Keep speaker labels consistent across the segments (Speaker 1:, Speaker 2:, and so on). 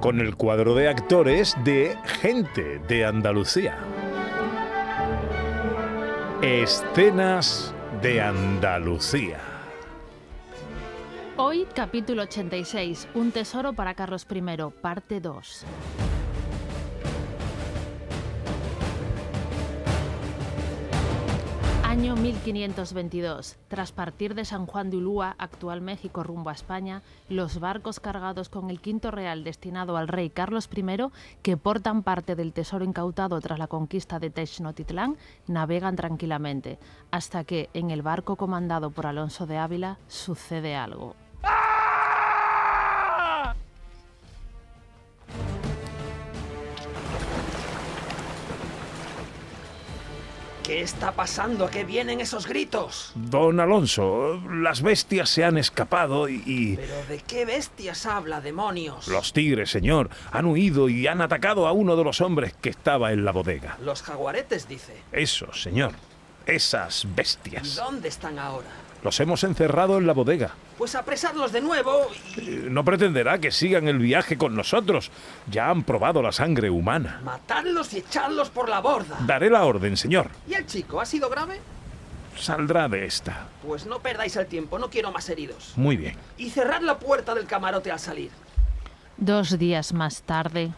Speaker 1: Con el cuadro de actores de Gente de Andalucía. Escenas de Andalucía.
Speaker 2: Hoy, capítulo 86, Un tesoro para Carlos I, parte 2. Año 1522. Tras partir de San Juan de Ulúa, actual México, rumbo a España, los barcos cargados con el quinto real destinado al rey Carlos I, que portan parte del tesoro incautado tras la conquista de Tenochtitlán, navegan tranquilamente, hasta que, en el barco comandado por Alonso de Ávila, sucede algo.
Speaker 3: ¿Qué está pasando? ¿A qué vienen esos gritos?
Speaker 1: Don Alonso, las bestias se han escapado y... y
Speaker 3: ¿Pero de qué bestias habla, demonios?
Speaker 1: Los tigres, señor, han huido y han atacado a uno de los hombres que estaba en la bodega.
Speaker 3: Los jaguaretes, dice.
Speaker 1: Eso, señor. Esas
Speaker 3: ¿Y
Speaker 1: bestias.
Speaker 3: dónde están ahora?
Speaker 1: Los hemos encerrado en la bodega.
Speaker 3: Pues apresadlos de nuevo y...
Speaker 1: Eh, No pretenderá que sigan el viaje con nosotros. Ya han probado la sangre humana.
Speaker 3: Matadlos y echadlos por la borda.
Speaker 1: Daré la orden, señor.
Speaker 3: ¿Y el chico ha sido grave?
Speaker 1: Saldrá de esta.
Speaker 3: Pues no perdáis el tiempo, no quiero más heridos.
Speaker 1: Muy bien.
Speaker 3: Y cerrad la puerta del camarote al salir.
Speaker 2: Dos días más tarde,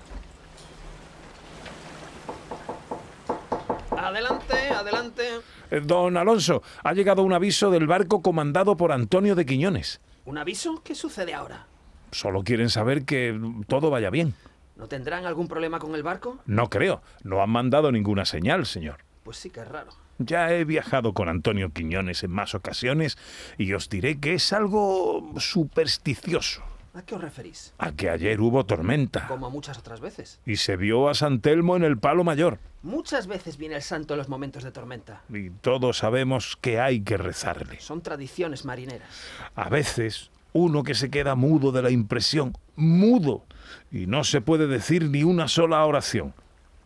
Speaker 3: Adelante, adelante.
Speaker 1: Eh, Don Alonso, ha llegado un aviso del barco comandado por Antonio de Quiñones.
Speaker 3: ¿Un aviso? ¿Qué sucede ahora?
Speaker 1: Solo quieren saber que todo vaya bien.
Speaker 3: ¿No tendrán algún problema con el barco?
Speaker 1: No creo. No han mandado ninguna señal, señor.
Speaker 3: Pues sí que es raro.
Speaker 1: Ya he viajado con Antonio Quiñones en más ocasiones y os diré que es algo supersticioso.
Speaker 3: ¿A qué os referís?
Speaker 1: A que ayer hubo tormenta
Speaker 3: Como muchas otras veces.
Speaker 1: y se vio a San Telmo en el Palo Mayor.
Speaker 3: Muchas veces viene el santo en los momentos de tormenta.
Speaker 1: Y todos sabemos que hay que rezarle.
Speaker 3: Son tradiciones marineras.
Speaker 1: A veces uno que se queda mudo de la impresión, mudo, y no se puede decir ni una sola oración.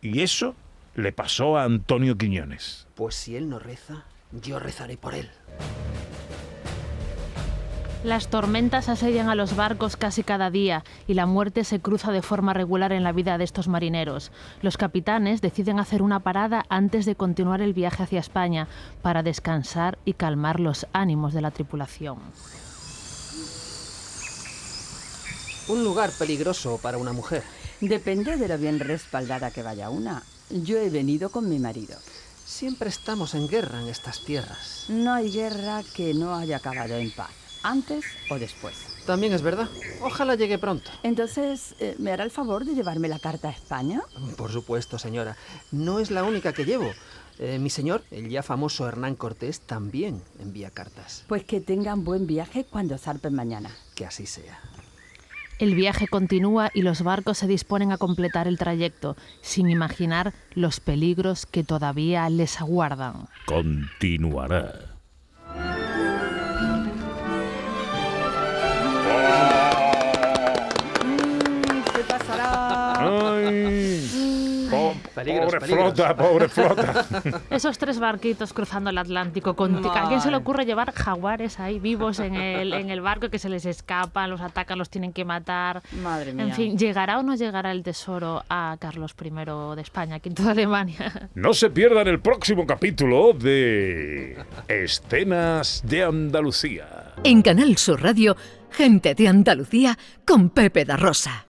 Speaker 1: Y eso le pasó a Antonio Quiñones.
Speaker 3: Pues si él no reza, yo rezaré por él.
Speaker 2: Las tormentas asedian a los barcos casi cada día y la muerte se cruza de forma regular en la vida de estos marineros. Los capitanes deciden hacer una parada antes de continuar el viaje hacia España para descansar y calmar los ánimos de la tripulación.
Speaker 3: Un lugar peligroso para una mujer.
Speaker 4: Depende de lo bien respaldada que vaya una. Yo he venido con mi marido.
Speaker 3: Siempre estamos en guerra en estas tierras.
Speaker 4: No hay guerra que no haya acabado en paz, antes o después.
Speaker 3: También es verdad. Ojalá llegue pronto.
Speaker 4: Entonces, eh, ¿me hará el favor de llevarme la carta a España?
Speaker 3: Por supuesto, señora. No es la única que llevo. Eh, mi señor, el ya famoso Hernán Cortés, también envía cartas.
Speaker 4: Pues que tengan buen viaje cuando zarpen mañana.
Speaker 3: Que así sea.
Speaker 2: El viaje continúa y los barcos se disponen a completar el trayecto, sin imaginar los peligros que todavía les aguardan.
Speaker 5: Continuará.
Speaker 4: ¿Qué pasará?
Speaker 1: ¡Ay! Po-
Speaker 3: Peligros,
Speaker 1: pobre
Speaker 3: peligros.
Speaker 1: flota, pobre flota.
Speaker 2: Esos tres barquitos cruzando el Atlántico con
Speaker 4: Madre.
Speaker 2: ¿A quién se le ocurre llevar jaguares ahí vivos en el, en el barco que se les escapan, los atacan, los tienen que matar?
Speaker 4: Madre mía.
Speaker 2: En fin, ¿llegará o no llegará el tesoro a Carlos I de España, quinto de Alemania?
Speaker 1: No se pierdan el próximo capítulo de Escenas de Andalucía.
Speaker 6: En Canal Sur Radio, gente de Andalucía, con Pepe da Rosa.